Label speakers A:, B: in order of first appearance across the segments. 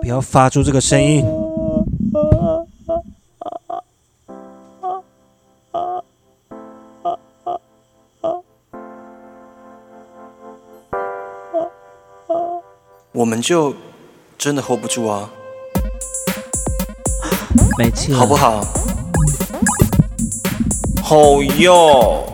A: 不要发出这个声音。
B: 我们就真的 hold 不住啊，
C: 没气
B: 好不好？好哟。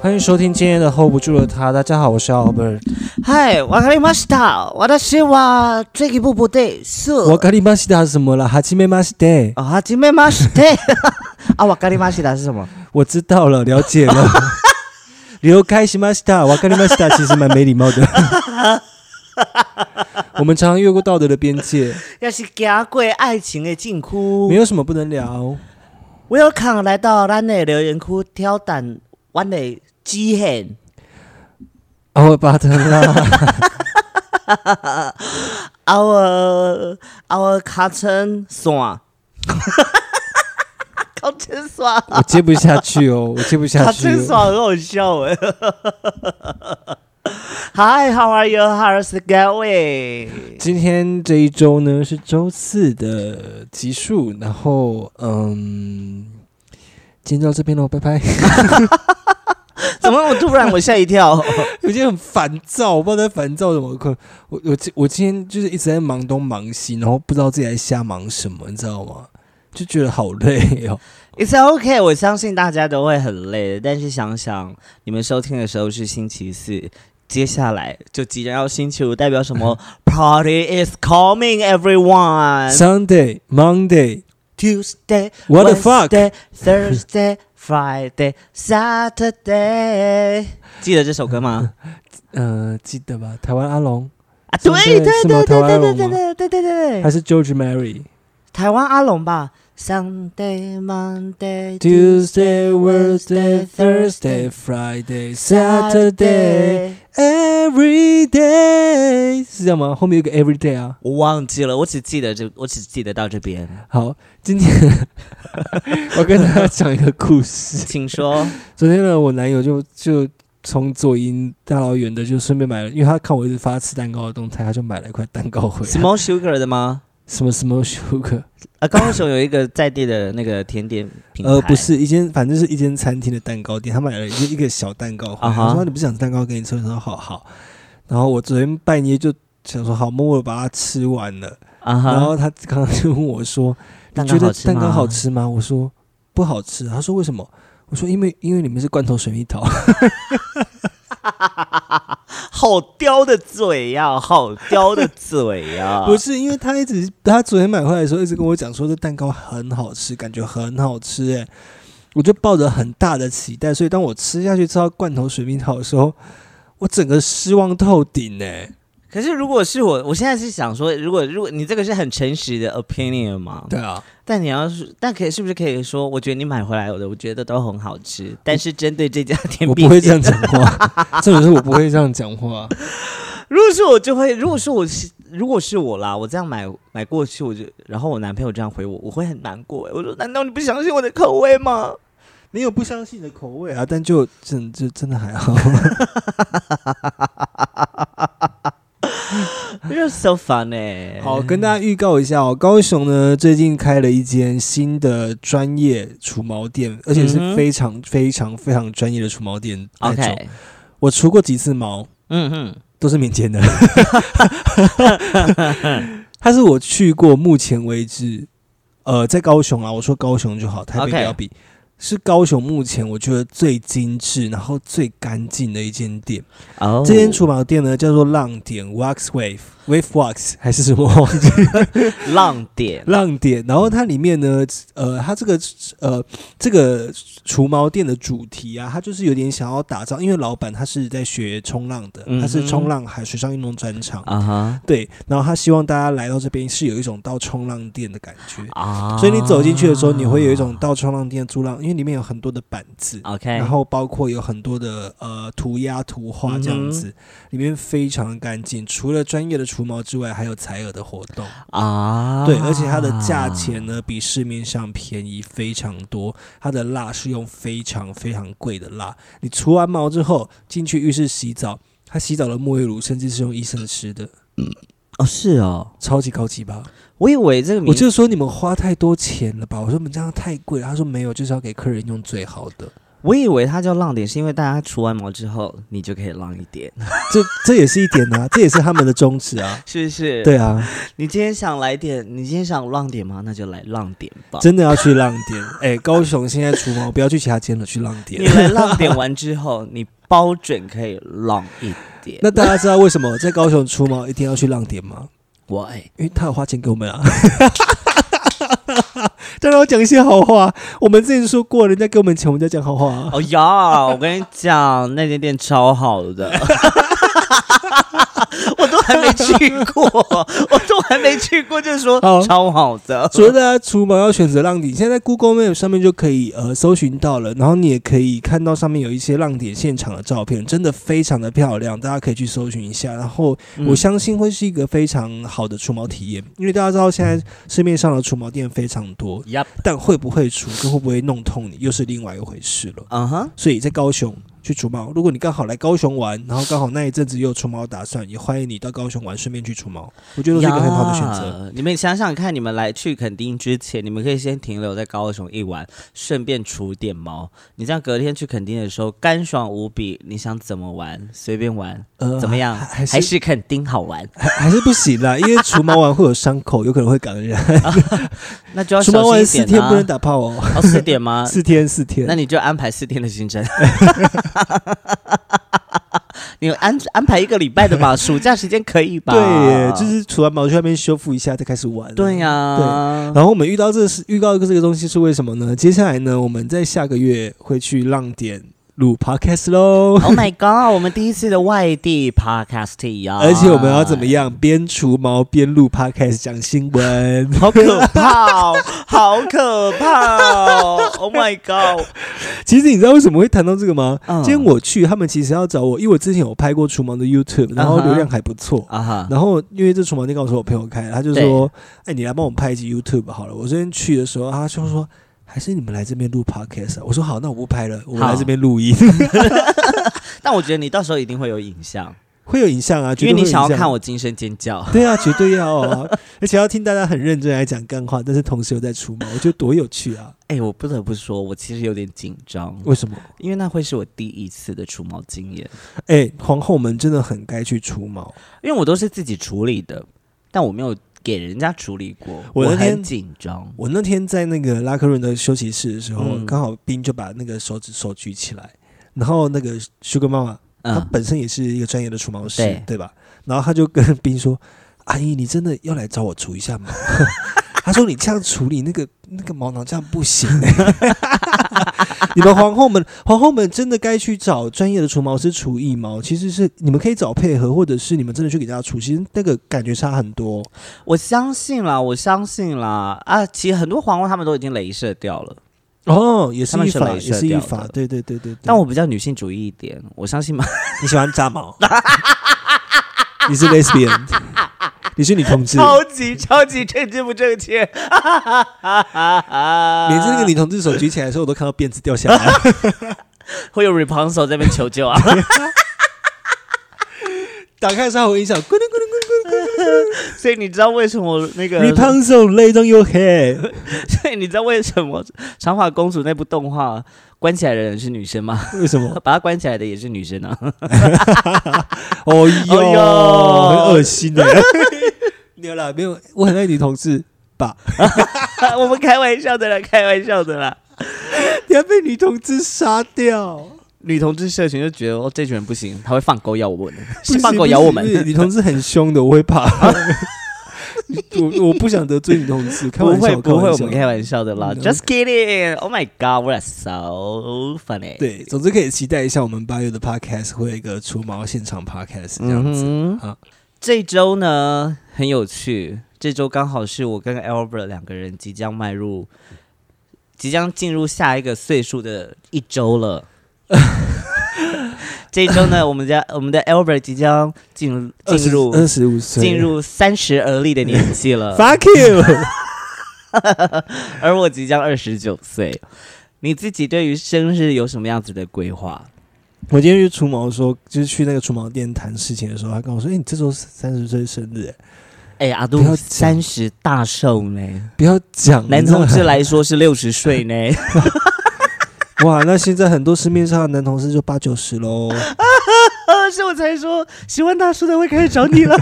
A: 欢迎收听今天的 Hold 不住的他。大家好，我是 Albert。
C: 嗨，わかりました。私は这一步不对，是
A: 我卡里马西达是什么了？哈奇梅马西达，
C: 啊，はじめまして。 啊，わかりました是什么？
A: 我知道了，了解 了。流开西马西达，我卡里马西达其实蛮没礼貌的。 我们常常越过道德的边界，
C: 要是行过爱情的禁区
A: 没有什么不能聊。
C: ，Welcome 来到咱的留言区挑战阮的极限。
A: 啊，我巴特啦，
C: our our 卡称线， 卡称线，
A: 我接不下去哦，我接不下
C: 卡
A: 去、
C: 称线
A: 哦。
C: 很好笑 哎。Hi, how are you? How's the going?
A: 今天这一周呢是周四的集数，然后嗯，今天到这边喽，拜拜。
C: 怎么我突然我吓一跳？
A: 有些很烦躁，我不知道在烦躁什么。可我我今我今天就是一直在忙东忙西，然后不知道自己在瞎忙什么，你知道吗？就觉得好累 哦。
C: It's OK，我相信大家都会很累，但是想想你们收听的时候是星期四，接下来就即将要星期五，代表什 么？Party is coming,
A: 嗯
C: everyone.
A: Sunday, Monday,
C: Tuesday,
A: what the fuck？
C: Wednesday, Thursday, Friday, Saturday，记得这首歌 吗？
A: 呃，记得吧？台湾阿龙
C: 啊，
A: 是
C: 对
A: 不是
C: 对
A: 是
C: 对
A: 吗
C: 对
A: 台湾
C: 对
A: 阿
C: 对
A: 龙吗
C: 对对对对
A: 还
C: 对，
A: 是 George Mary。
C: 台湾阿龙吧。Sunday, Monday,
A: Tuesday, Wednesday, Thursday, Friday, Saturday, every day 是这样吗？后面有个 every day 啊。
C: 我忘记了，我只记得这，我只记得到这边。
A: 好，今天 我跟大家讲一个故事。
C: 请说。
A: 昨天呢，我男友就就从左营大老远的就顺便买了，因为他看我一直发吃蛋糕的动态，他就买了一块蛋糕回来。
C: Small Sugar 的吗？
A: 什么什么 sugar？
C: 啊，高雄有一个在地的那个甜点品牌，
A: 呃，不是一间，反正是一间餐厅的蛋糕店，他买了一个一个小蛋糕回来。
C: 啊哈
A: 我说你不是想吃蛋糕，给你吃。我说好好。然后我昨天半夜就想说好，默默地把它吃完了。
C: 啊
A: 然
C: 哈，
A: 后他刚刚就问我说：“你
C: 蛋糕
A: 觉得
C: 好吃
A: 蛋糕
C: 吗
A: 好吃吗？”我说：“不好吃。”他说：“为什么？”我说：“因为因为你们是罐头水蜜桃。”
C: 好刁的嘴呀、好刁的嘴啊呀、
A: 不是，因为他一直他昨天买回来的时候一直跟我讲说这蛋糕很好吃，感觉很好吃哎、我就抱着很大的期待，所以当我吃下去吃到罐头水蜜桃的时候，我整个失望透顶哎、
C: 可是如果是我，我现在是想说，如果如果你这个是很诚实的 opinion 嘛，
A: 对啊，
C: 但你要是，但可以是不是可以说，我觉得你买回来的，我觉得都很好吃，但是针对这家甜
A: 我
C: 品，
A: 不会这样。讲 话，重点是我不会这样讲话。
C: 如果是我就会，如果是我是，如果是我啦，我这样买买过去，我就，然后我男朋友这样回我，我会很难过、欸。我说，难道你不相信我的口味吗？
A: 你有不相信的口味啊，但就真就真的还好。
C: You're so 欸 funny。
A: 好，跟大家预告一下哦，高雄呢最近开了一间新的专业除毛店，而且是
C: 嗯哼
A: 非常非常非常专业的除毛店那种。
C: ，OK，
A: 我除过几次毛，
C: 嗯嗯，
A: 都是民间 的。它是我去过目前为止，呃，在高雄啊，我说高雄就好，台北
C: OK
A: 不要比。是高雄目前我觉得最精致，然后最干净的一间店。
C: 哦
A: 这间除毛店呢叫做浪点 Wax Wave， Wave Wax 还是什么忘记
C: 浪点，
A: 浪点，然后它里面呢，呃，它这个呃这个除毛店的主题啊，它就是有点想要打造，因为老板他是在学冲浪的，他
C: 嗯
A: 是
C: 哼
A: 冲浪还水上运动专场，
C: 啊哈
A: 对，然后他希望大家来到这边是有一种到冲浪店的感觉，
C: 啊，
A: 所以你走进去的时候，你会有一种到冲浪店租浪，因为里面有很多的板子，
C: OK，
A: 然后包括有很多的呃涂鸦、图画这样
C: 嗯
A: 子，里面非常干净。除了专业的除毛之外，还有采耳的活动。
C: 啊，
A: 对，而且它的价钱呢比市面上便宜非常多，它的蜡是用非常非常贵的蜡。你除完毛之后进去浴室洗澡，它洗澡的沐浴乳甚至是用医生吃的，
C: 哦是哦，
A: 超级高级吧？
C: 我以为这个名
A: 我就说你们花太多钱了吧？我说你们这样太贵了。他说没有，就是要给客人用最好的。
C: 我以为它叫浪点，是因为大家除完毛之后，你就可以浪一点，
A: 这这也是一点啊，这也是他们的宗旨啊。
C: 是不是？
A: 对，啊，
C: 你今天想来点，你今天想浪点吗？那就来浪点吧。
A: 真的要去浪点。哎、高雄现在除毛，不要去其他间了，去浪
C: 你
A: 点。
C: 来浪点完之后，你包准可以浪一点。
A: 那大家知道为什么在高雄除毛一定要去浪点吗？
C: 我爱
A: 因为他有花钱给我们啊。 当然要讲一些好话。我们之前说过，人家给我们钱，我们就要讲好话、啊。
C: 哦呀，我跟你讲，那间店超好的。 我都还没去过，我都还没去过，就说
A: 好
C: 超好的。
A: 除了大家除毛要选择浪点，现在在 Google Map 上面就可以呃搜寻到了，然后你也可以看到上面有一些浪点现场的照片，真的非常的漂亮，大家可以去搜寻一下。然后我相信会是一个非常好的除毛体验，因为大家知道现在市面上的除毛店非常多，
C: Yup，
A: 但会不会除跟会不会弄痛你又是另外一回事了。
C: 嗯哼，
A: 所以在高雄去除毛，如果你刚好来高雄玩，然后刚好那一阵子又有除毛打算，也欢迎你到高雄玩，顺便去除毛，我觉得都是一个很好的选择。
C: 呀。你们想想看，你们来去垦丁之前，你们可以先停留在高雄一晚，顺便除点毛。你这样隔天去垦丁的时候，干爽无比。你想怎么玩，随便玩，
A: 呃，
C: 怎么样？
A: 还
C: 还是垦丁好玩？
A: 还 还是不行啦，因为除毛完会有伤口，有可能会感染。
C: 那 就要
A: 除
C: 小
A: 毛
C: 心
A: 完
C: 一
A: 四
C: 点
A: 天
C: 啊
A: 不能打炮哦，
C: 哦，四点吗？
A: 四天四天。
C: 那你就安排四天的行程。 你安安排一个礼拜的 吧，暑假时间可以吧？
A: 对耶，就是除完毛去那边修复一下，再开始玩。
C: 对呀、
A: 然后我们遇到这是预告这个东西是为什么呢？接下来呢，我们在下个月会去浪点录 podcast 喽，
C: Oh my god！我们第一次的外地 podcast 呀、
A: 而且我们要怎么？样？边除毛边录 podcast 讲新闻。
C: 好可怕、哦，好可怕、哦、！Oh my god！
A: 其实你知道为什么会谈到这个吗？
C: 嗯
A: 今天我去，他们其实要找我，因为我之前有拍过除毛的 YouTube，然后
C: 嗯哼
A: 流量还不错。
C: 啊哈，
A: 然后因为这除毛店刚好是我朋友开的，他就说：“哎，你来帮我们拍一集 YouTube 好了。”我昨天去的时候，他就说：“还是你们来这边录 Podcast 啊？”我说：“好，那我不拍了，我们
C: 好
A: 来这边录音，
C: 但我觉得你到时候一定会有影像，
A: 会有影像啊，绝
C: 因
A: 对会
C: 为你
A: 有影
C: 想要
A: 像
C: 看。”我惊声尖叫。
A: 对啊，绝对要啊！而且要听大家很认真来讲干话，但是同时又在除毛，我觉得多有趣啊！
C: 哎、我不得不说，我其实有点紧张，
A: 为什么？
C: 因为那会是我第一次的除毛经验，
A: 哎，皇后们真的很该去除毛。
C: 因为我都是自己处理的，但我没有给人家处理过，
A: 我
C: 我
A: 那天
C: 很紧张。
A: 我那天在那个拉克润的休息室的时候，
C: 嗯
A: 刚好冰就把那个手指手举起来，然后那个 Sugar 妈妈他
C: 嗯，
A: 本身也是一个专业的除毛师，
C: 对
A: 吧？然后他就跟冰说：“阿姨，你真的要来找我除一下吗？” 他说：“你这样处理那个那个毛囊这样不行、 你们皇后们，皇后们真的该去找专业的除毛师除腋毛。其实是你们可以找配合，或者是你们真的去给大家除，其实那个感觉差很多。
C: 我相信啦，我相信啦啊！其实很多皇后他们都已经镭射掉了。
A: 哦，也是
C: 他们
A: 一
C: 是
A: 法，
C: 镭
A: 也
C: 射
A: 是一
C: 掉
A: 法，
C: 的
A: 对对对对对。
C: 但我比较女性主义一点，我相信嘛。
A: 你喜欢炸毛， 你是 lesbian，你是女同志。”
C: 超级超级政治不正确，
A: 每
C: 每
A: 次那个女同志手举起来的时候，我都看到辫子掉下 来。
C: 会有 Rapunzel 在那边求救啊！
A: 打开沙我音响，咕噜咕噜咕噜。
C: 所以你知道为什么那个
A: Rapunzel lay down your head。
C: 所以你知道为什么长发公主那部动画关起来的人是女生吗？
A: 为什 么？
C: 把她关起来的也是女生啊！
A: 哦
C: 哎呦
A: 哟，很恶心 的。没有啦，没有，我很爱女同志吧？
C: 我们开玩笑的啦，开玩笑的啦。
A: 你要被女同志杀掉？
C: 女同志社群就觉得哦，这群人不行，他会放狗咬我 们，
A: 不
C: 是放
A: 行
C: 狗
A: 不
C: 咬我
A: 行
C: 们
A: 不。行女同志很凶的，我会怕。 我我不想得罪女同志，开
C: 不
A: 玩
C: 会
A: 笑，
C: 不会，
A: 玩
C: 我
A: 笑
C: 们开玩笑的啦。
A: 嗯
C: Just kidding. Oh my god, we're so funny.
A: 对，总之可以期待一下我们八月的 podcast 会有一个除毛现场 podcast 这样子。
C: 嗯哼
A: 啊
C: 这周呢很有趣，这周刚好是我跟 Albert 两个人即将迈入、即将进入下一个岁数的一周 了。这周呢，我们家我们的 Albert 即将进入
A: 二
C: 进
A: 十
C: 入
A: 二十五岁，
C: 进入三十而立的年 纪了，
A: fuck you，
C: 而我即将二十九岁。你自己对于生日有什么样子的规划？
A: 我今天去除毛的时候，就是去那个除毛店谈事情的时候，他跟我说：“哎、你这周三十岁生日、哎
C: 哎、阿
A: 不要
C: 杜
A: 讲嗯
C: 三十大寿呢，
A: 不要讲
C: 男同志来说是六十岁呢。
A: 哇！那现在很多市面上的男同事就八九十 喽。
C: 啊，所以我才说喜欢大叔的会开始找你了。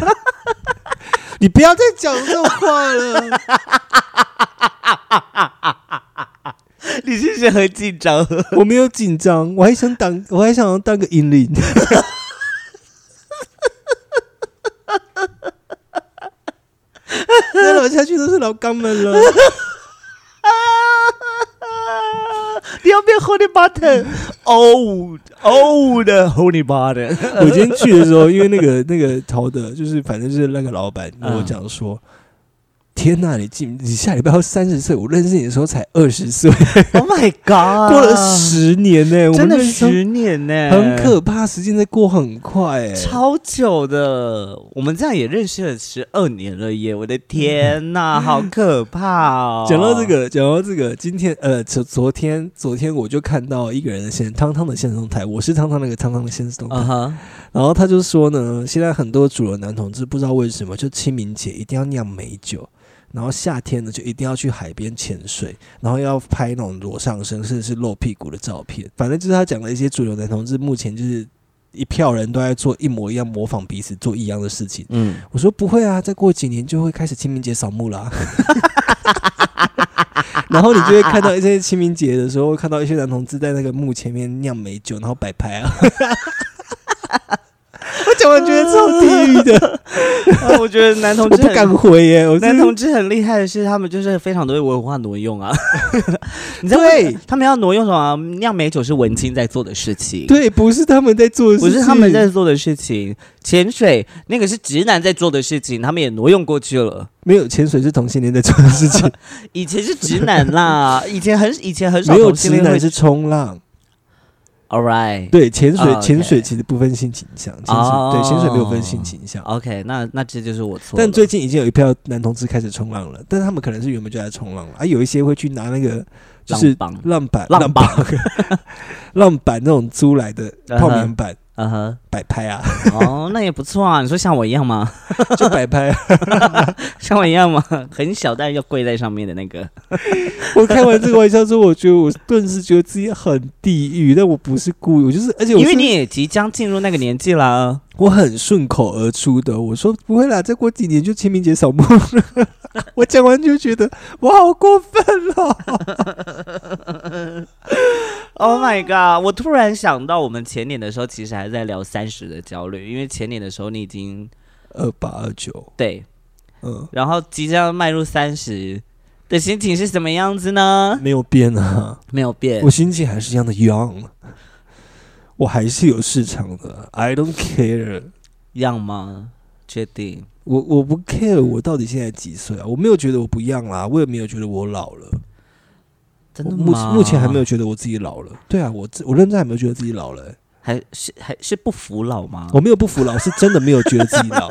A: 你不要再讲这种话了。
C: 你是不是很紧张？
A: 我没有紧张，我还想当，我还想要当个引 领。再老下去都是老肛门了。
C: 啊你要变 honey button，哦哦的 honey button。
A: 我今天去的时候，因为那个那个陶德，就是反正就是那个老板跟我讲说。天呐，你今你下礼拜要三十岁，我认识你的时候才二十岁，
C: Oh my god，
A: 过了，十年呢、我
C: 真
A: 们
C: 的
A: 认识
C: 十年呢，
A: 很可怕，时间在过很快、哎，
C: 超久的。我们这样也认识了十二年了耶！我的天呐，好可怕哦！
A: 讲到这，个，讲到这个，今天呃，昨昨天昨天我就看到一个人的现汤汤的现实动态，我是汤汤那个汤汤的现实动态，
C: 嗯哼，
A: 然后他就说呢，现在很多主流男同志不知道为什么，就清明节一定要酿美酒，然后夏天呢就一定要去海边潜水，然后要拍那种裸上身甚至是露屁股的照片，反正就是他讲了一些主流男同志目前就是。一票人都在做一模一样，模仿彼此做一样的事情。
C: 嗯，
A: 我说不会啊，再过几年就会开始清明节扫墓啦。 然后你就会看到一些清明节的时候，看到一些男同志在那个墓前面酿美酒，然后摆拍啊。 我讲完觉得超地狱的，
C: 啊 我觉得男同
A: 我
C: 志
A: 不
C: 很
A: 敢回耶。我真
C: 男
A: 的
C: 同志很厉害的是，他们就是非常的会文化挪 用啊。你知道
A: 对
C: 他们要挪用什么？啊酿美酒是文青在做的事情，，
A: 对，不是他们在做的事
C: 不
A: 情，
C: 是他们在做的事情。潜水那个是直男在做的事情，他们也挪用过去了。
A: 没有潜水是同性恋在做的事 情，
C: 以前是直男啦，以前很以前很少
A: 没有
C: 同性
A: 直
C: 恋会
A: 男是冲浪。
C: All right，
A: 对，潜水、
C: 哦，OK
A: 潜水其实不分性倾向，潜水、
C: 哦
A: 对潜水没有分性倾向。
C: ，OK，那那这就是我错了。
A: 但最近已经有一票男同志开始冲浪了，但他们可能是原本就在冲浪了，啊，有一些会去拿那个就是
C: 棒，
A: 浪板、
C: 浪
A: 浪板、 浪板那种租来的泡棉板
C: 嗯哼，
A: 摆拍啊，
C: 哦，那也不错啊。你说像我一样吗？
A: 就摆拍、啊。
C: 像我一样吗？很小，但是要跪在上面的那个。
A: 我开完这个玩笑之后，我觉得我顿时觉得自己很地狱，但我不是故意，我就是，而且我
C: 因为
A: 是
C: 你也即将进入那个年纪啦。
A: 我很顺口而出的，我说不会啦，再过几年就清明节扫墓了。 我讲完就觉得我好过分哦了。
C: Oh my god！我突然想到，我们前年的时候其实还在聊三十的焦虑，因为前年的时候你已经
A: 二八二九，
C: 对，
A: 嗯，
C: 然后即将迈入三十的心情是什么样子呢？
A: 没有变啊。
C: 没有变
A: 我。心情还是一样的 young，我还是有市场的。I don't care，
C: 样吗？确定？
A: 我我不 care 我到底现在几岁啊？我没有觉得我不一样啦，我也没有觉得我老了。
C: 真
A: 我
C: 的
A: 目
C: 吗？
A: 目前还没有，觉得我自己老了。对啊，我自我认真还没有觉得自己老了欸、
C: 还是还是不服老吗？
A: 我没有不服老，是真的没有觉得自己老。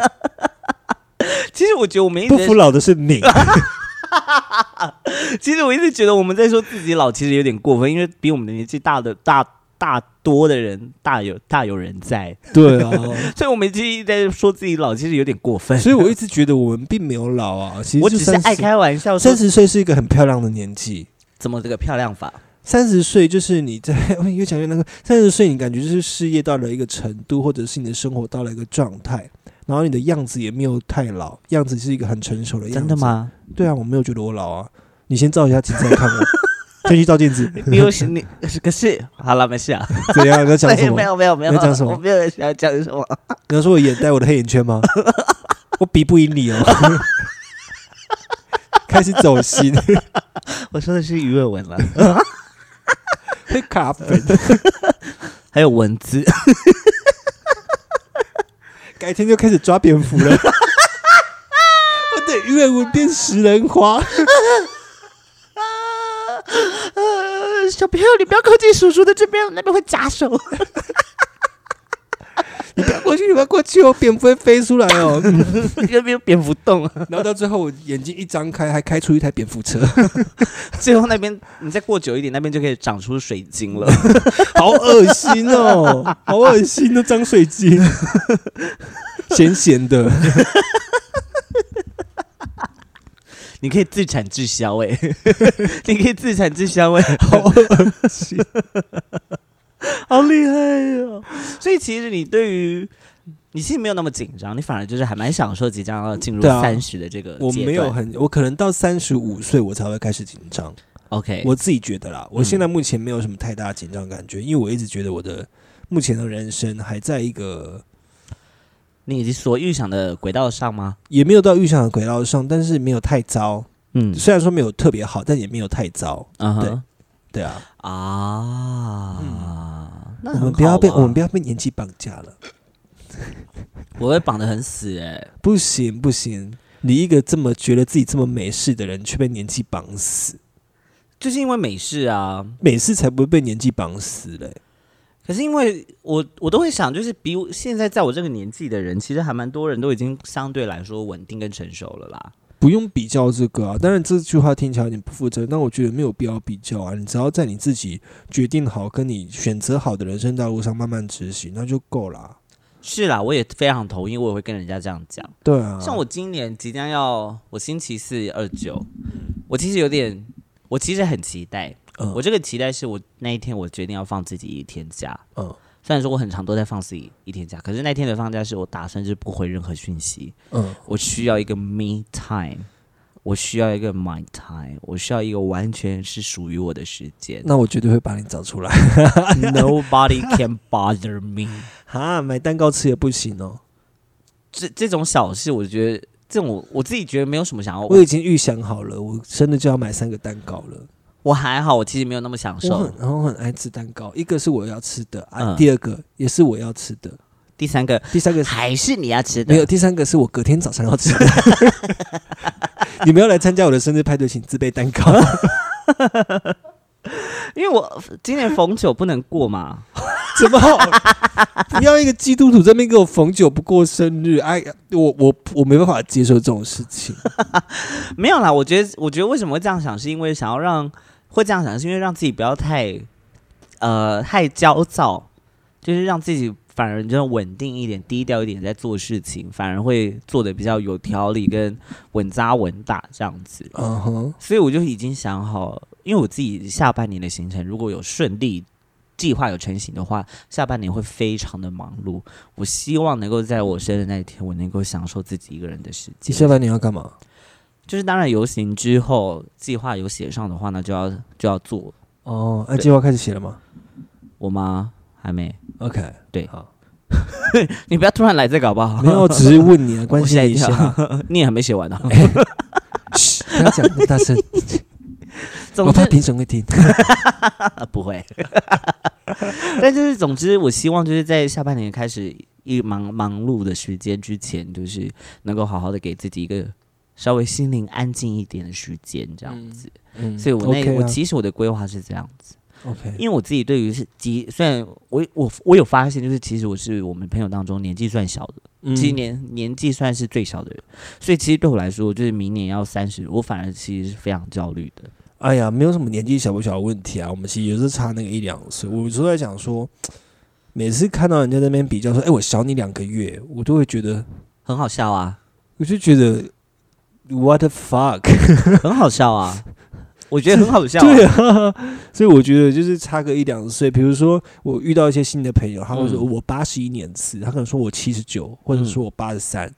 C: 其实我觉得我们一
A: 不服
C: 直，
A: 老的是 你。
C: 其实我一直觉得我们在说自己老，其实有点过分，因为比我们的年纪大的大大多的人大有大有人在，
A: 对 啊，
C: 所以我们其实一直在说自己老，其实有点过分。
A: 所以我一直觉得我们并没有老啊。其实
C: 我
A: 就
C: 只是爱
A: 30
C: 开玩笑说
A: 三十岁是一个很漂亮的年纪。
C: 怎么这个漂亮法？
A: 三十岁就是你在 越讲越那个，三十岁你感觉就是事业到了一个程度，或者是你的生活到了一个状态，然后你的样子也没有太老，样子是一个很成熟的样子。
C: 真的？吗？
A: 对啊，我没有觉得我老啊。你先照一下镜再看我，推去照镜 子，
C: 你有你可是好了，没事啊。
A: 怎样？你要 讲
C: 没
A: 什
C: 有
A: 么
C: 没？有没有没有，
A: 你要讲什么
C: 我没有想讲什么。
A: 你要说我眼袋我的黑眼圈吗？我比不赢你哦， 开始走心，
C: 我说的是鱼尾纹了，
A: 会卡粉。
C: 还有蚊子。
A: 改天就开始抓蝙蝠了。我的鱼尾纹变食人花，
C: 呃，小朋友，你不要靠近叔叔的这边，那边会夹手。
A: 你不要过去，你不要过去哦，蝙蝠会飞出来 哦。嗯
C: 那边有啊蝙蝠洞，
A: 然后到最后，我眼睛一张开，还开出一台蝙蝠车，
C: 最后那边你再过久一点，那边就可以长出水 晶了。
A: 好恶心哦，好恶心的张水晶， 咸咸的。
C: 你可以自产自销 哎、你可以自产自销哎、
A: 好恶心，
C: 好厉害哦！所以其实你对于你其实没有那么紧张，你反而就是还蛮享受即将要进入
A: 对啊
C: 三十的这个阶段、
A: 我没有很，我可能到三十五岁我才会开始紧张，
C: OK，
A: 我自己觉得啦，我现
C: 嗯
A: 在目前没有什么太大的紧张感觉，因为我一直觉得我的目前的人生还在一个
C: 你已经所预想的轨道上吗？
A: 也没有到预想的轨道上，但是没有太糟。
C: 嗯
A: 虽然说没有特别好，但也没有太糟。
C: 啊哈
A: 对对啊，
C: 啊。那
A: 我
C: 很
A: 们不要
C: 好
A: 被
C: 啊
A: 我们不要被年纪绑架了，
C: 我会绑得很死哎、
A: 不行不行，你一个这么觉得自己这么美式的人，却被年纪绑死，
C: 就是因为美式啊。
A: 美式才不会被年纪绑死嘞。
C: 可是因为我我都会想，就是比我现在在我这个年纪的人，其实还蛮多人都已经相对来说稳定跟成熟了啦。
A: 不用比较这个啊，当然这句话听起来有点不负责任，但我觉得没有必要比较啊。你只要在你自己决定好、跟你选择好的人生道路上慢慢执行，那就够啊啦。
C: 是啦，我也非常同意，我也会跟人家这样讲。
A: 对啊，
C: 像我今年即将要，我星期四二九，我其实有点，我其实很期待。
A: 嗯
C: 我这个期待是我那一天我决定要放自己一天假。
A: 嗯
C: 虽然说我很常都在放自己一天假，可是那天的放假是我打算是不回任何讯息，
A: 嗯，
C: 我需要一个 me time，我需要一个 my time，我需要一个完全是属于我的时间。
A: 那我绝对会把你找出来。
C: Nobody can bother me
A: 哈，买蛋糕吃也不行哦。
C: 这。这种小事，我觉得这种我我自己觉得没有什么想要。
A: 我
C: 我
A: 已经预想好了，我生日就要买三个蛋糕了。
C: 我还好，我其实没有那么享
A: 我
C: 受
A: 很。然后很爱吃蛋糕，一个是我要吃的啊，
C: 嗯
A: 第二个也是我要吃的，
C: 第三个
A: 第三个是
C: 还是你要吃
A: 没有，
C: 的，
A: 第三个是我隔天早上要吃的。 你们要来参加我的生日派对，请自备蛋糕。
C: 因为我今年逢九不能过嘛。
A: 怎么好？不要一个基督徒这边给我逢九不过生日，哎，我我我没办法接受这种事 情。
C: 没有啦，我觉得我觉得为什么会这样想，是因为想要让会这样想，是因为让自己不要太呃太焦躁，就是让自己反而就稳定一点、低调一点在做事情，反而会做的比较有条理跟稳扎稳打这样子。
A: 嗯哼，
C: 所以我就已经想好，因为我自己下半年的行程如果有顺利。计划有成型的话，下半年会非常的忙碌。我希望能够在我生日那一天，我能够享受自己一个人的时间。
A: 你下半年要干嘛？
C: 就是当然游行之后计划有写上的话，那就要就要做。
A: 哦，那计划开始写了吗
C: 我妈还没，
A: ？OK，
C: 对
A: 好，
C: 你不要突然来这个好不好？
A: 没有，我只是问你啊，关
C: 我
A: 心
C: 吓
A: 你一
C: 跳
A: 下。，
C: 你也还没写完呢、 啊。
A: 嘘， 不要讲那么大声，
C: 总
A: 我
C: 之
A: 怕评审会听。
C: 啊不会， 但就是总之，我希望就是在下半年开始一忙忙碌的时间之前，就是能够好好的给自己一个稍微心灵安静一点的时间，这样子。
A: 嗯
C: 所以我那
A: OK 啊
C: 我其实我的规划是这样子。
A: OK，
C: 因为我自己对于是即虽然我我我有发现，就是其实我是我们朋友当中年纪算小的，其实
A: 嗯
C: 年年纪算是最小的人，所以其实对我来说，就是明年要三十，我反而其实是非常焦虑的。
A: 哎呀，没有什么年纪小不小的问题啊，我们其实也是差那个一两岁。我就在讲说，每次看到人家在那边比较说，哎，我小你两个月，我都会觉得，
C: 很好笑啊，
A: 我就觉得 what the fuck，
C: 很好笑啊，我觉得很 好笑、
A: 对啊，所以我觉得就是差个一两岁，比如说我遇到一些新的朋友，他会说
C: 嗯
A: 我八十一年次，他可能说我七十九，或者说我八十三，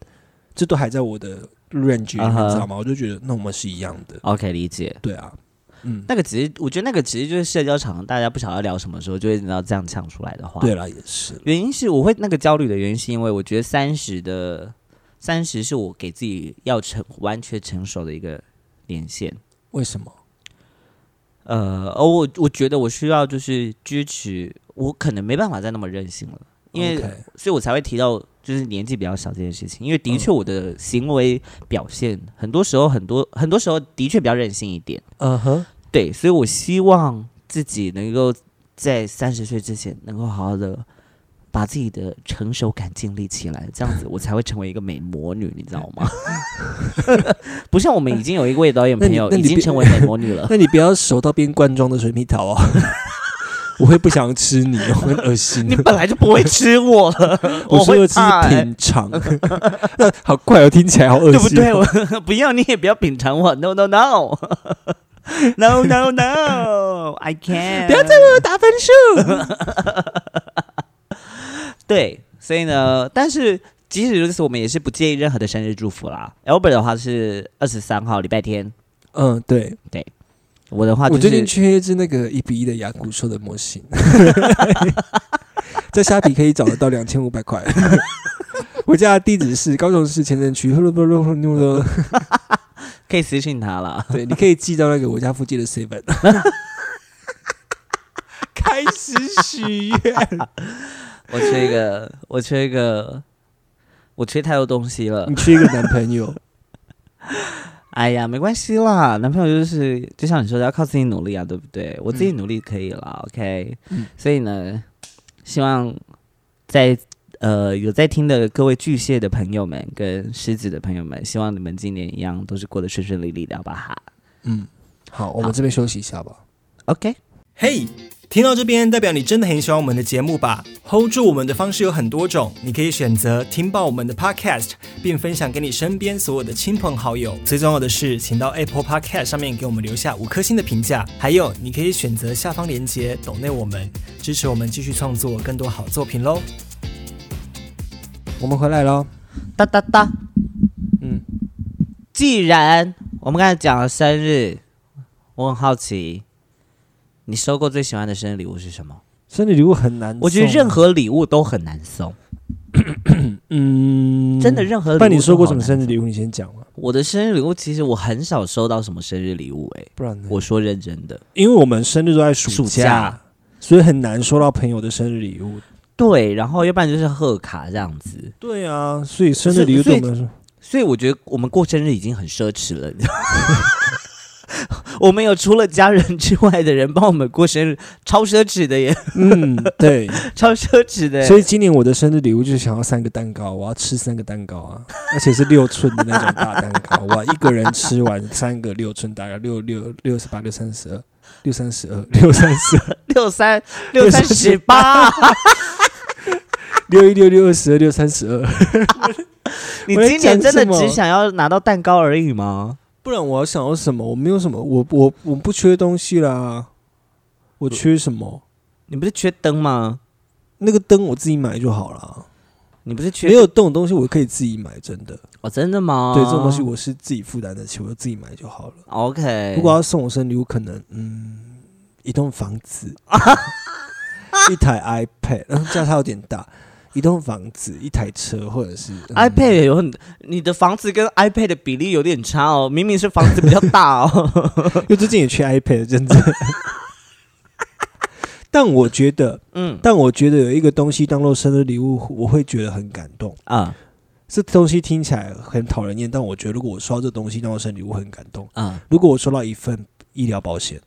A: 这都还在我的 range 里面，
C: 啊哈
A: 你知道吗？我就觉得那我们是一样的，
C: OK，理解。
A: 对啊，嗯，
C: 那个其实我觉得那个其实就是社交场合大家不晓得聊什么时候就会你知道这样呛出来的话。
A: 对了，也是，
C: 原因是我会那个焦虑的原因，是因为我觉得三十的三十是我给自己要成完全成熟的一个年限。
A: 为什么？
C: 呃，而我我觉得我需要就是支持，我可能没办法再那么任性了，因为
A: OK
C: 所以我才会提到就是年纪比较小这件事情，因为
A: 嗯
C: 的确我的行为表现很多时候很多很多时候的确比较任性一点，
A: 嗯哼，
C: 对，所以我希望自己能够在三十岁之前能够好好的。把自己的成熟感建立起来，这样子我才会成为一个美魔女，你知道吗？ 不像我们已经有一位导演朋友
A: 那你那
C: 已
A: 你
C: 经
A: 别
C: 成为美魔女了，
A: 那你不要熟到变罐装的水蜜桃哦， 我会不想吃你，我很恶心，
C: 你。本来就不会吃 我了
A: 我说
C: 会
A: 的是
C: 怕欸
A: 品尝， 那好怪哦，听起来好恶
C: 对
A: 心，
C: 不对？？ 我不要，你也不要品尝我，no no no。No no no，I can't！不要再为我打分数。 对，所以呢，但是即使如此，我们也是不介意任何的生日祝福啦。Albert 的话是二十三号礼拜天，
A: 嗯，对。
C: 我的啊话、就是、
A: 我最近缺一只那个一比一的牙骨兽的模 型， 在虾皮可以找得到两千五百块。 我家的地址是高雄市前镇区，
C: 可以私信他了。
A: 对，你可以寄到那个我家附近的 seven。开始许愿，
C: 我缺一个，我缺一个，我缺太多东西了
A: 你。缺一个男朋友，
C: 哎呀，没关系啦，男朋友就是就像你说的，要靠自己努力啊，对不对？我自己努力可以啦、o k
A: 嗯
C: 所以呢，希望在呃有在听的各位巨蟹的朋友们跟狮子的朋友们，希望你们今年一样都是过得顺顺利利的，好不好
A: 嗯，好，我们这边休息一下吧。
C: ？OK，
B: 嘿听到这边，代表你真的很喜欢我们的节目吧？Hold 住我们的方式有很多种，你可以选择听爆我们的 Podcast，并分享给你身边所有的亲朋好友。最重要的是，请到 Apple Podcast 上面给我们留下五颗星的评价。还有，你可以选择下方链接抖内我们，支持我们继续创作更多好作品喽。
A: 我们回来喽。
C: 哒哒哒。
A: 嗯，
C: 既然我们刚才讲了生日，我很好奇，你收过最喜欢的生日礼物是什么？
A: 生日礼物很难送，啊
C: 我觉得任何礼物都很难送，
A: 嗯
C: 真的。任何礼物。
A: 那你收过什么生日
C: 物？
A: 礼物？你先讲嘛，
C: 我的生日礼物其实我很少收到什么生日礼物、欸，
A: 不然呢？
C: 我说认真的。
A: 因为我们生日都在
C: 暑
A: 暑
C: 假
A: 所以很难收到朋友的生日礼物。
C: 对，然后要不然就是贺卡这样子，
A: 对啊，所以生日礼物对我们来说，
C: 所以我觉得我们过生日已经很奢侈了。你 知道吗我们有除了家人之外的人帮我们过生日，超奢侈的耶，
A: 嗯， 对。
C: 超奢侈的耶。
A: 所以今年我的生日礼物就是想要三个蛋糕，我要吃三个蛋糕啊，而且是六寸的那种大蛋 糕，我要一个人吃完三个六寸大概六六六十八、六三十二、六三十二、六三十二、
C: 六三六三十八，
A: 六一六六二十二、六三十二，
C: 你
A: 我在
C: 今年
A: 讲
C: 真的
A: 什么
C: 只想要拿到蛋糕而已吗？
A: 不然我要想要什么？我没有什么，我我我不缺东西啦，我缺什么？
C: 你不是缺灯吗？
A: 那个灯我自己买就好了。
C: 你不是缺
A: 没有这种东西，我可以自己买，真的。
C: 哦？真的吗？
A: 对，这种东西我是自己负担得起，我就自己买就好了。
C: OK。
A: 如果要送我生日礼物，可能嗯，一栋房子， 一台 iPad，然后家它有点大，一栋房子，一台车，或者是、嗯
C: iPad 也有很，你的房子跟 iPad 的比例有点差哦。明明是房子比较大哦。
A: 因 为最近也缺 iPad，真的。 但我觉得，
C: 嗯
A: 但我觉得有一个东西当做生日礼物，我会觉得很感动。
C: 啊
A: 这东西听起来很讨人厌，但我觉得如果我收到这东西当做生日礼物，很感动。
C: 啊
A: 如果我收到一份医疗保险，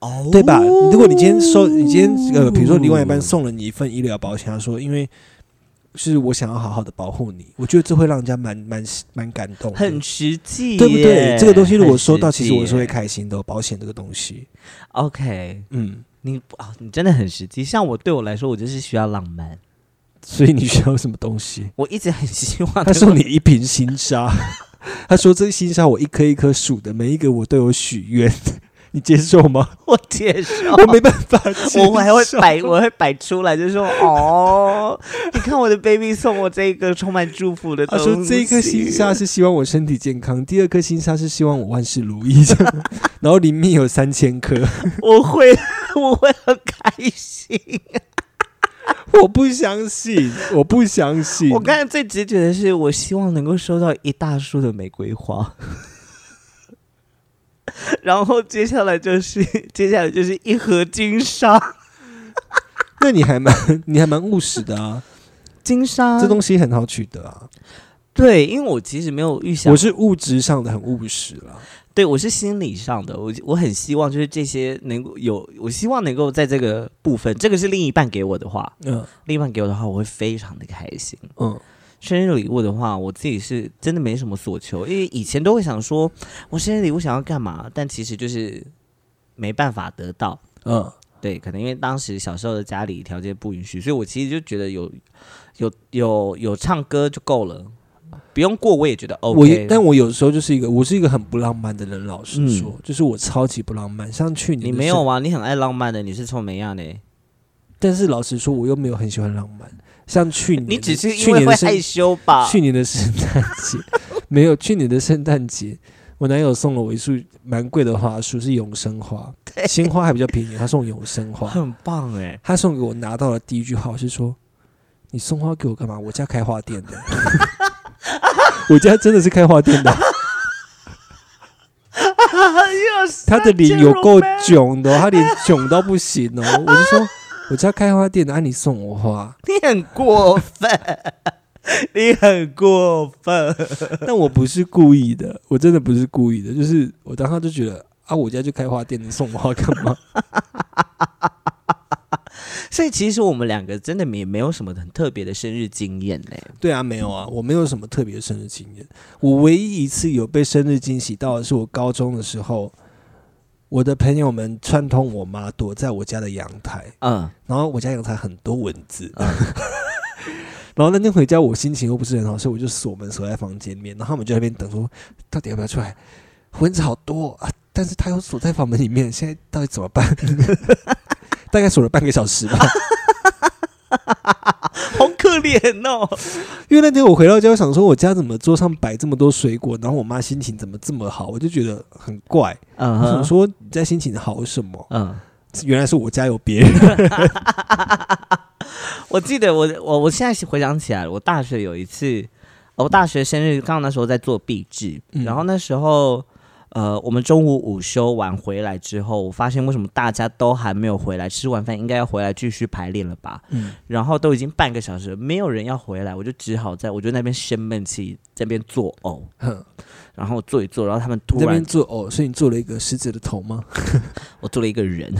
C: 哦
A: 对吧？如果你今天收，你今天呃，比如说另外一半送了你一份医疗保险，他说因为是我想要好好的保护你，我觉得这会让人家蛮蛮蛮感动的，
C: 很实际耶，
A: 对不对？这个东西如果收到，
C: 很实
A: 其
C: 际
A: 实我是会
C: 耶
A: 开心的哦。保险这个东西，
C: OK，
A: 嗯，
C: 你啊，你真的很实际。像我对我来说，我就是需要浪漫。
A: 所以你需要什么东 西？
C: 我一直很希望
A: 他送你一瓶新沙， 他说这新沙我一颗一颗数的，每一个我都有许愿， 你接受 吗？
C: 我接受，
A: 我没办法接受，
C: 我还会摆，我会摆出来，就说哦，你 你看我的 baby 送我这个充满祝福的
A: 他
C: 东西。
A: 说这一颗星沙是希望我身体健康，第二颗星沙是希望我万事如意，这 样然后里面有三千颗，
C: 我会 我会很开心。
A: 我不相信，我不相信，
C: 我刚才最直觉的是，我希望能够收到一大束的玫瑰花。 然后接下来就是， 接下来就是一盒金沙，
A: 那你还蛮你还蛮务实的 啊，
C: 金沙
A: 这东西很好取得啊。
C: 对，因为我其实没有预想
A: 我，是物质上的很务实啦，
C: 对我是心理上的，我我很希望就是这些能够有，我希望能够在这个部分，这个是另一半给我的话，
A: 嗯
C: 另一半给我的话，我会非常的开心。
A: 嗯，
C: 生日礼物的话，我自己是真的没什么所求，因为以前都会想说，我生日礼物想要干嘛，但其实就是没办法得到。
A: 嗯，
C: 对，可能因为当时小时候的家里条件不允许，所以我其实就觉得有有有有唱歌就够了，不用过我也觉得
A: 哦我
C: OK。
A: 但我有时候就是一个，我是一个很不浪漫的人，老实
C: 嗯
A: 说，就是我超级不浪漫。像去年
C: 你
A: 的
C: 没
A: 生
C: 有啊？你很爱浪漫的，你是臭美亚
A: 嗯
C: 呢？
A: 但是老实说，我又没有很喜欢浪漫。像去年的，
C: 你只是
A: 去
C: 因为
A: 年
C: 会
A: 的圣
C: 害羞吧？
A: 去年的圣诞节没有，去年的圣诞节，我男友送了我一束蛮贵的花束，是永生花，鲜花还比较便宜，他送永生花。
C: 很棒哎、
A: 他送给我拿到的第一句话是说：“你送花给我干嘛？我家开花店的， 我家真的是开花店的。”他的脸有够囧的哦、他脸囧到不行哦。我就说，我家开花店的，啊，你送我花，
C: 你很过分，你很过分。
A: 但我不是故意的，我真的不是故意的，就是我当时就觉得啊，我家就开花店的，你送我花干嘛？
C: 所以其实我们两个真的也没有什么很特别的生日经验嘞、
A: 对啊，没有啊，我没有什么特别的生日经验。我唯一一次有被生日惊喜到的是我高中的时候，我的朋友们串通我妈躲在我家的阳台，
C: 嗯，
A: 然后我家阳台很多蚊子。
C: 嗯
A: 然后那天回家，我心情又不是很好，所以我就锁门锁在房间里面。然后他们就在那边等说，到底要不要出来？蚊子好多哦啊！但是他又锁在房门里面，现在到底怎么办？ 大概锁了半个小时吧。
C: 好可怜哦。
A: 因为那天我回到家，我想说我家怎么桌上摆这么多水果，然后我妈心情怎么这么好，我就觉得很怪。
C: 嗯
A: 我想
C: 哼，
A: 说你在心情好什么？
C: 嗯，
A: 原来是我家有别 人。
C: 我记得我我我现在回想起来，我大学有一次，呃我大学生日刚好那时候在做壁纸，
A: 嗯
C: 然后那时候。呃，我们中午午休完回来之后，我发现为什么大家都还没有回来？吃完饭应该要回来继续排练了吧？
A: 嗯
C: 然后都已经半个小时了，没有人要回来，我就只好在我就那边生闷气，在那边作呕，
A: 哼，
C: 然后坐一坐，然后他们
A: 你
C: 突
A: 在那
C: 然
A: 边做哦，所以你做了一个狮子的头 吗？
C: 我做了一个人，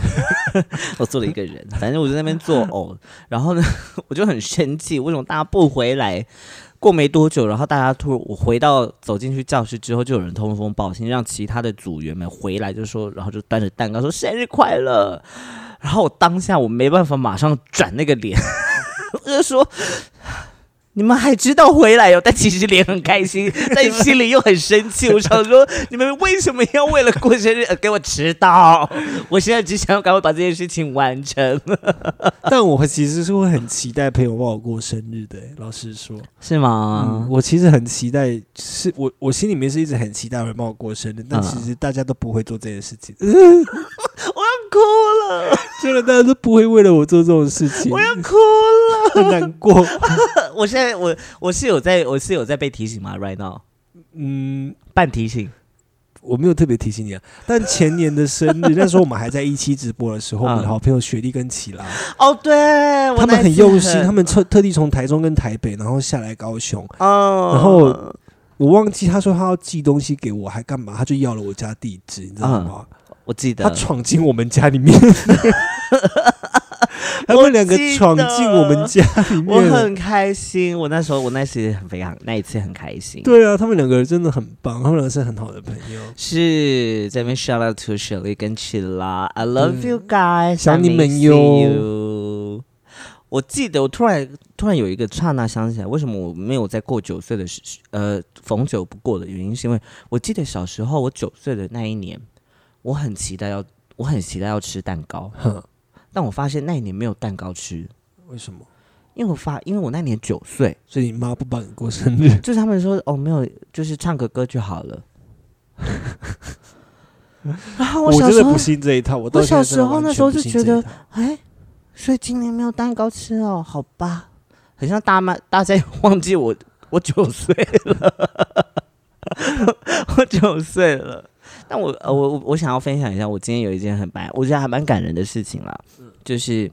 C: 我做了一个人，反正我就在那边作呕，然后呢， 我就很生气，为什么大家不回来？过没多久，然后大家突然我回到走进去教室之后，就有人通风报信，让其他的组员们回来，就说，然后就端着蛋糕说生日快乐。然后我当下我没办法马上转那个脸， 我就说。你们还知道回来哟、但其实脸很开心，但心里又很生气。我想说，你们为什么要为了过生日而给我迟到？我现在只想要赶快把这件事情完成，
A: 但我其实是会很期待朋友帮我过生日的、老实说，
C: 是
A: 嗯，
C: 吗？
A: 我其实很期待，是我我心里面是一直很期待有人帮我过生日，但
C: 嗯
A: 其实大家都不会做这件事情，
C: 我要哭了，
A: 真的大家都不会为了我做这种事情，
C: 我要哭了。
A: 很难过。
C: 我现在我我是有在我是有在被提醒吗？Right now，
A: 嗯，
C: 半提醒。
A: 我没有特别提醒你啊，但前年的生 日，那时候我们还在一期直播的时候，我们的
C: 嗯
A: 好朋友雪莉跟齐拉，
C: 哦， 对，我
A: 他们
C: 那一
A: 很
C: 次
A: 用心，他们特特地从台中跟台北，然后下来高雄。
C: 哦，
A: 然后我忘记他说他要寄东西给我，还干嘛？他就要了我家地址，你知道
C: 啊
A: 吗？
C: 我记得
A: 他闯进我们家里面， 他们两个闯进我们家里
C: 我
A: 面。
C: 很开心，我那时候我那次很非常那一次很开心。
A: 对啊，他们两个人真的很棒，他们两个是很好的朋友。
C: 是在那边 shout out to Shirley 跟 Chilla。I love you guys，
A: 嗯想你
C: I
A: 们
C: miss
A: 哟
C: you 我记得我突然突然有一个刹那想起来，为什么我没有在过九岁的时呃逢九不过的原因，是因为我记得小时候我九岁的那一年，我很期待要我很期待要吃蛋糕，
A: 哼，
C: 但我发现那一年没有蛋糕吃，
A: 为什么？
C: 因为我发，因为我那年九岁，
A: 所以你妈不帮你过生日，
C: 就是他们说哦，没有，就是唱个歌就 好了。然后
A: 我
C: 小
A: 真
C: 时
A: 的
C: 候
A: 不，信这一套。我
C: 我
A: 到现在
C: 小时
A: 真的
C: 候
A: 完
C: 那
A: 全
C: 时候
A: 不
C: 就
A: 信
C: 觉
A: 这一
C: 得
A: 套，
C: 哎，所以今年没有蛋糕吃哦，好吧，很像大妈，大家也忘记我我九岁了， 我九岁了。但我呃我我我想要分享一下，我今天有一件很白，我觉得还蛮感人的事情啦，
A: 嗯
C: 就是。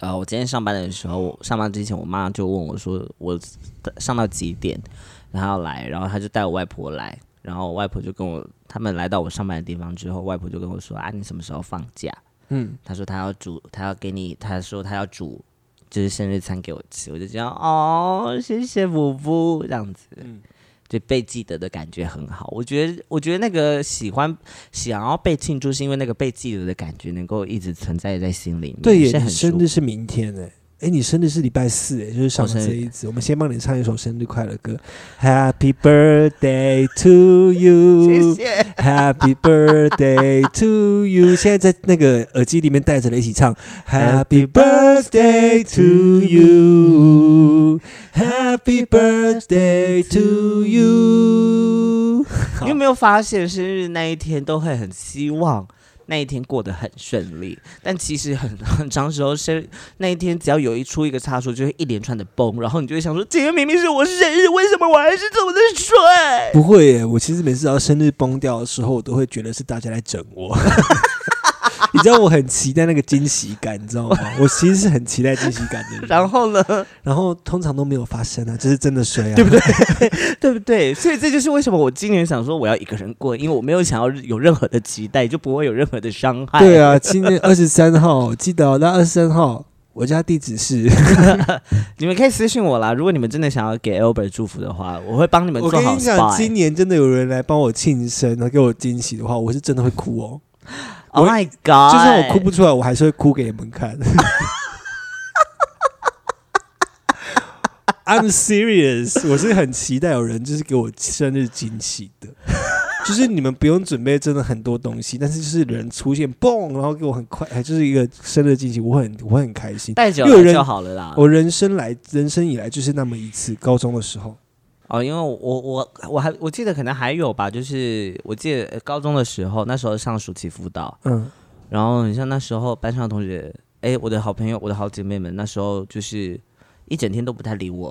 C: 呃，我今天上班的时候，我上班之前，我妈就问我说，我上到几点，然后来，然后她就带我外婆来，然后我外婆就跟我，他们来到我上班的地方之后，外婆就跟我说啊，你什么时候放假？
A: 嗯，
C: 他说他要煮，他要给你，他说他要煮，就是生日餐给我吃，我就这样哦，谢谢五夫这样子，
A: 嗯
C: 就被记得的感觉很好。我觉得，我觉得那个喜欢想要被庆祝，是因为那个被记得的感觉能够一直存在在心里面，
A: 对耶，
C: 是
A: 你
C: 很舒
A: 生日是明天哎。哎，你生日是礼拜四哎，就是上
C: 我生日
A: 这一集，我们先帮你唱一首生日快乐歌，Happy Birthday to you，
C: 谢谢。
A: Happy birthday to you！现在在那个耳机里面戴着的一起唱 Happy birthday to you，Happy birthday to you。
C: 你有没有发现生日那一天都会很希望那一天过得很顺利？但其实很很长时候生那一天，只要有一出一个差错，就会一连串的崩，然后你就会想说，今天明明是我生日，为什么我还是这么的衰？
A: 不会耶，我其实每次只要生日崩掉的时候，我都会觉得是大家来整 我。 你知道我很期待那个惊喜感，你知 道吗？我其实是很期待惊喜感的人。
C: 然，后呢，
A: 然后通常都没有发生啊，这是真的衰啊，
C: 对不对？对不对？所以这就是为什么我今年想说我要一个人过，因为我没有想要有任何的期待，就不会有任何的伤 害。
A: 对啊，今天二十三号，记得、哦、那二十三号，我家地址是。
C: 你们可以私信我啦，如果你们真的想要给 Albert 祝福的话，我会帮你们
A: 我
C: 做
A: 跟
C: 好
A: 你讲，
C: spot。
A: 今年真的有人来帮我庆生，然后给我惊喜的话，我是真的会哭哦。
C: Oh my god！
A: 就算我哭不出来，我还是会哭给你们看。I'm serious，我是很期待有人就是给我生日惊喜的，就是你们不用准备真的很多东西，但是就是有人出现，嘣，然后给我很快，还就是一个生日惊喜，我很我会很开心。
C: 带酒
A: 又有人
C: 就好了啦。
A: 我人生来人生以来就是那么一次，高中的时候，
C: 哦，因为我我我还我记得可能还有吧，就是我记得呃高中的时候，那时候上暑期辅导，
A: 嗯，
C: 然后你像那时候班上的同学，哎，我的好朋友，我的好姐妹们，那时候就是一整天都不太理我，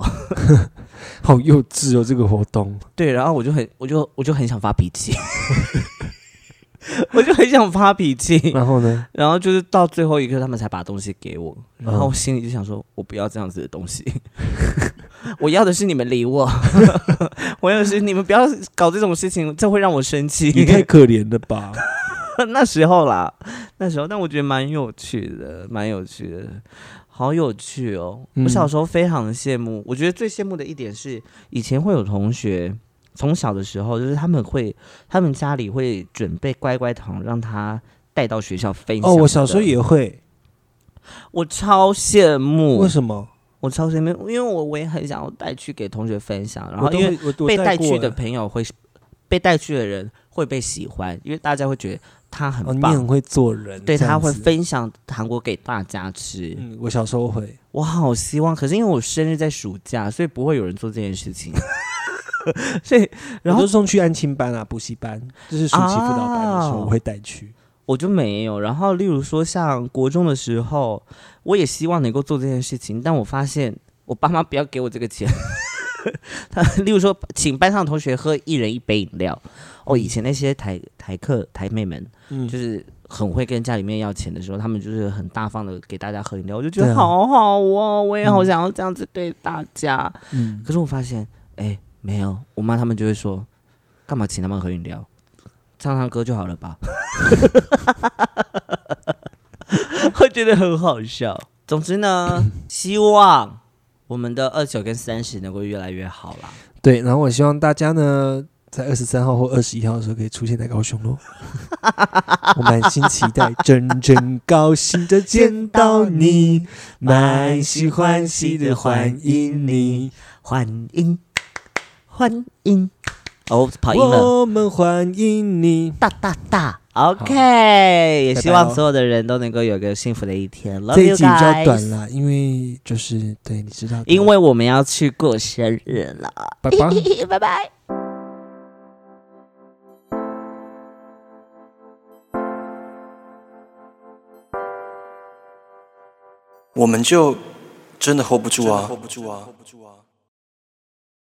A: 好幼稚哦，这个活动。
C: 对，然后我就很我就我就很想发脾气， 我就很想发脾气，
A: 然后呢？
C: 然后就是到最后一刻他们才把东西给我，然后
A: 嗯
C: 我心里就想说，我不要这样子的东西， 我要的是你们理我， 我要的是你们不要搞这种事情，这会让我生气。
A: 你太可怜了吧！
C: 那时候啦，那时候，但我觉得蛮有趣的，蛮有趣的，好有趣哦！
A: 嗯
C: 我小时候非常羡慕，我觉得最羡慕的一点是，以前会有同学从小的时候，就是他们会，他们家里会准备乖乖糖让他带到学校分享。
A: 哦，我小时候，也会，
C: 我超羡慕
A: 为，什么？
C: 我超羡慕，因为我我也很想要带去给同学分享，然
A: 我
C: 后
A: 都
C: 因为
A: 会我我
C: 被带
A: 过
C: 去的
A: 欸
C: 朋友会，被带去的人会被喜欢，因为大家会觉得他很
A: 哦，你
C: 棒。
A: 很会做人，
C: 对，
A: 这
C: 他
A: 样
C: 会
A: 子。
C: 分享糖果给大家吃。
A: 嗯，我小时候会，
C: 我好希望，可是因为我生日在暑假，所以不会有人做这件事情。所以，然
A: 然后都
C: 后
A: 送去安亲班啊、补习班，就是暑期辅导班的时候，
C: 哦
A: 我会带去。
C: 我就没有。然后，例如说像国中的时候，我也希望能够做这件事情，但我发现我爸妈不要给我这个钱。 他例如说，请班上同学喝一人一杯饮料。哦，以前那些台台客台妹们，
A: 嗯，
C: 就是很会跟家里面要钱的时候，他们就是很大方的给大家喝饮料，我就觉
A: 对
C: 得
A: 啊
C: 好好哦，我也好想要这样子对大家。
A: 嗯，
C: 可是我发现，哎、没有，我妈他们就会说，干嘛请他们喝饮料，唱唱歌就好了 吧？我觉得很好笑。总之呢，希望我们的二九跟三十能够越来越好啦。
A: 对。然后我希望大家呢，在二十三号或二十一号的时候可以出现在高雄喽。我满心期待，真正高兴的见到你，满心欢喜的欢迎你。
C: 欢迎，欢迎。哦，跑音了，
A: 我们欢迎你，
C: 大大大， OK，也希
A: 拜拜
C: 望
A: 哦
C: 所有的人都能够有个幸福的一天。Love
A: 这一
C: you
A: 集比较
C: guys，
A: 短啦，因为就是对，你知道的，
C: 因为我们要去过生日了。
A: 拜拜。
C: 拜拜。
B: 我们就真的 hold 不住啊，hold 不住啊。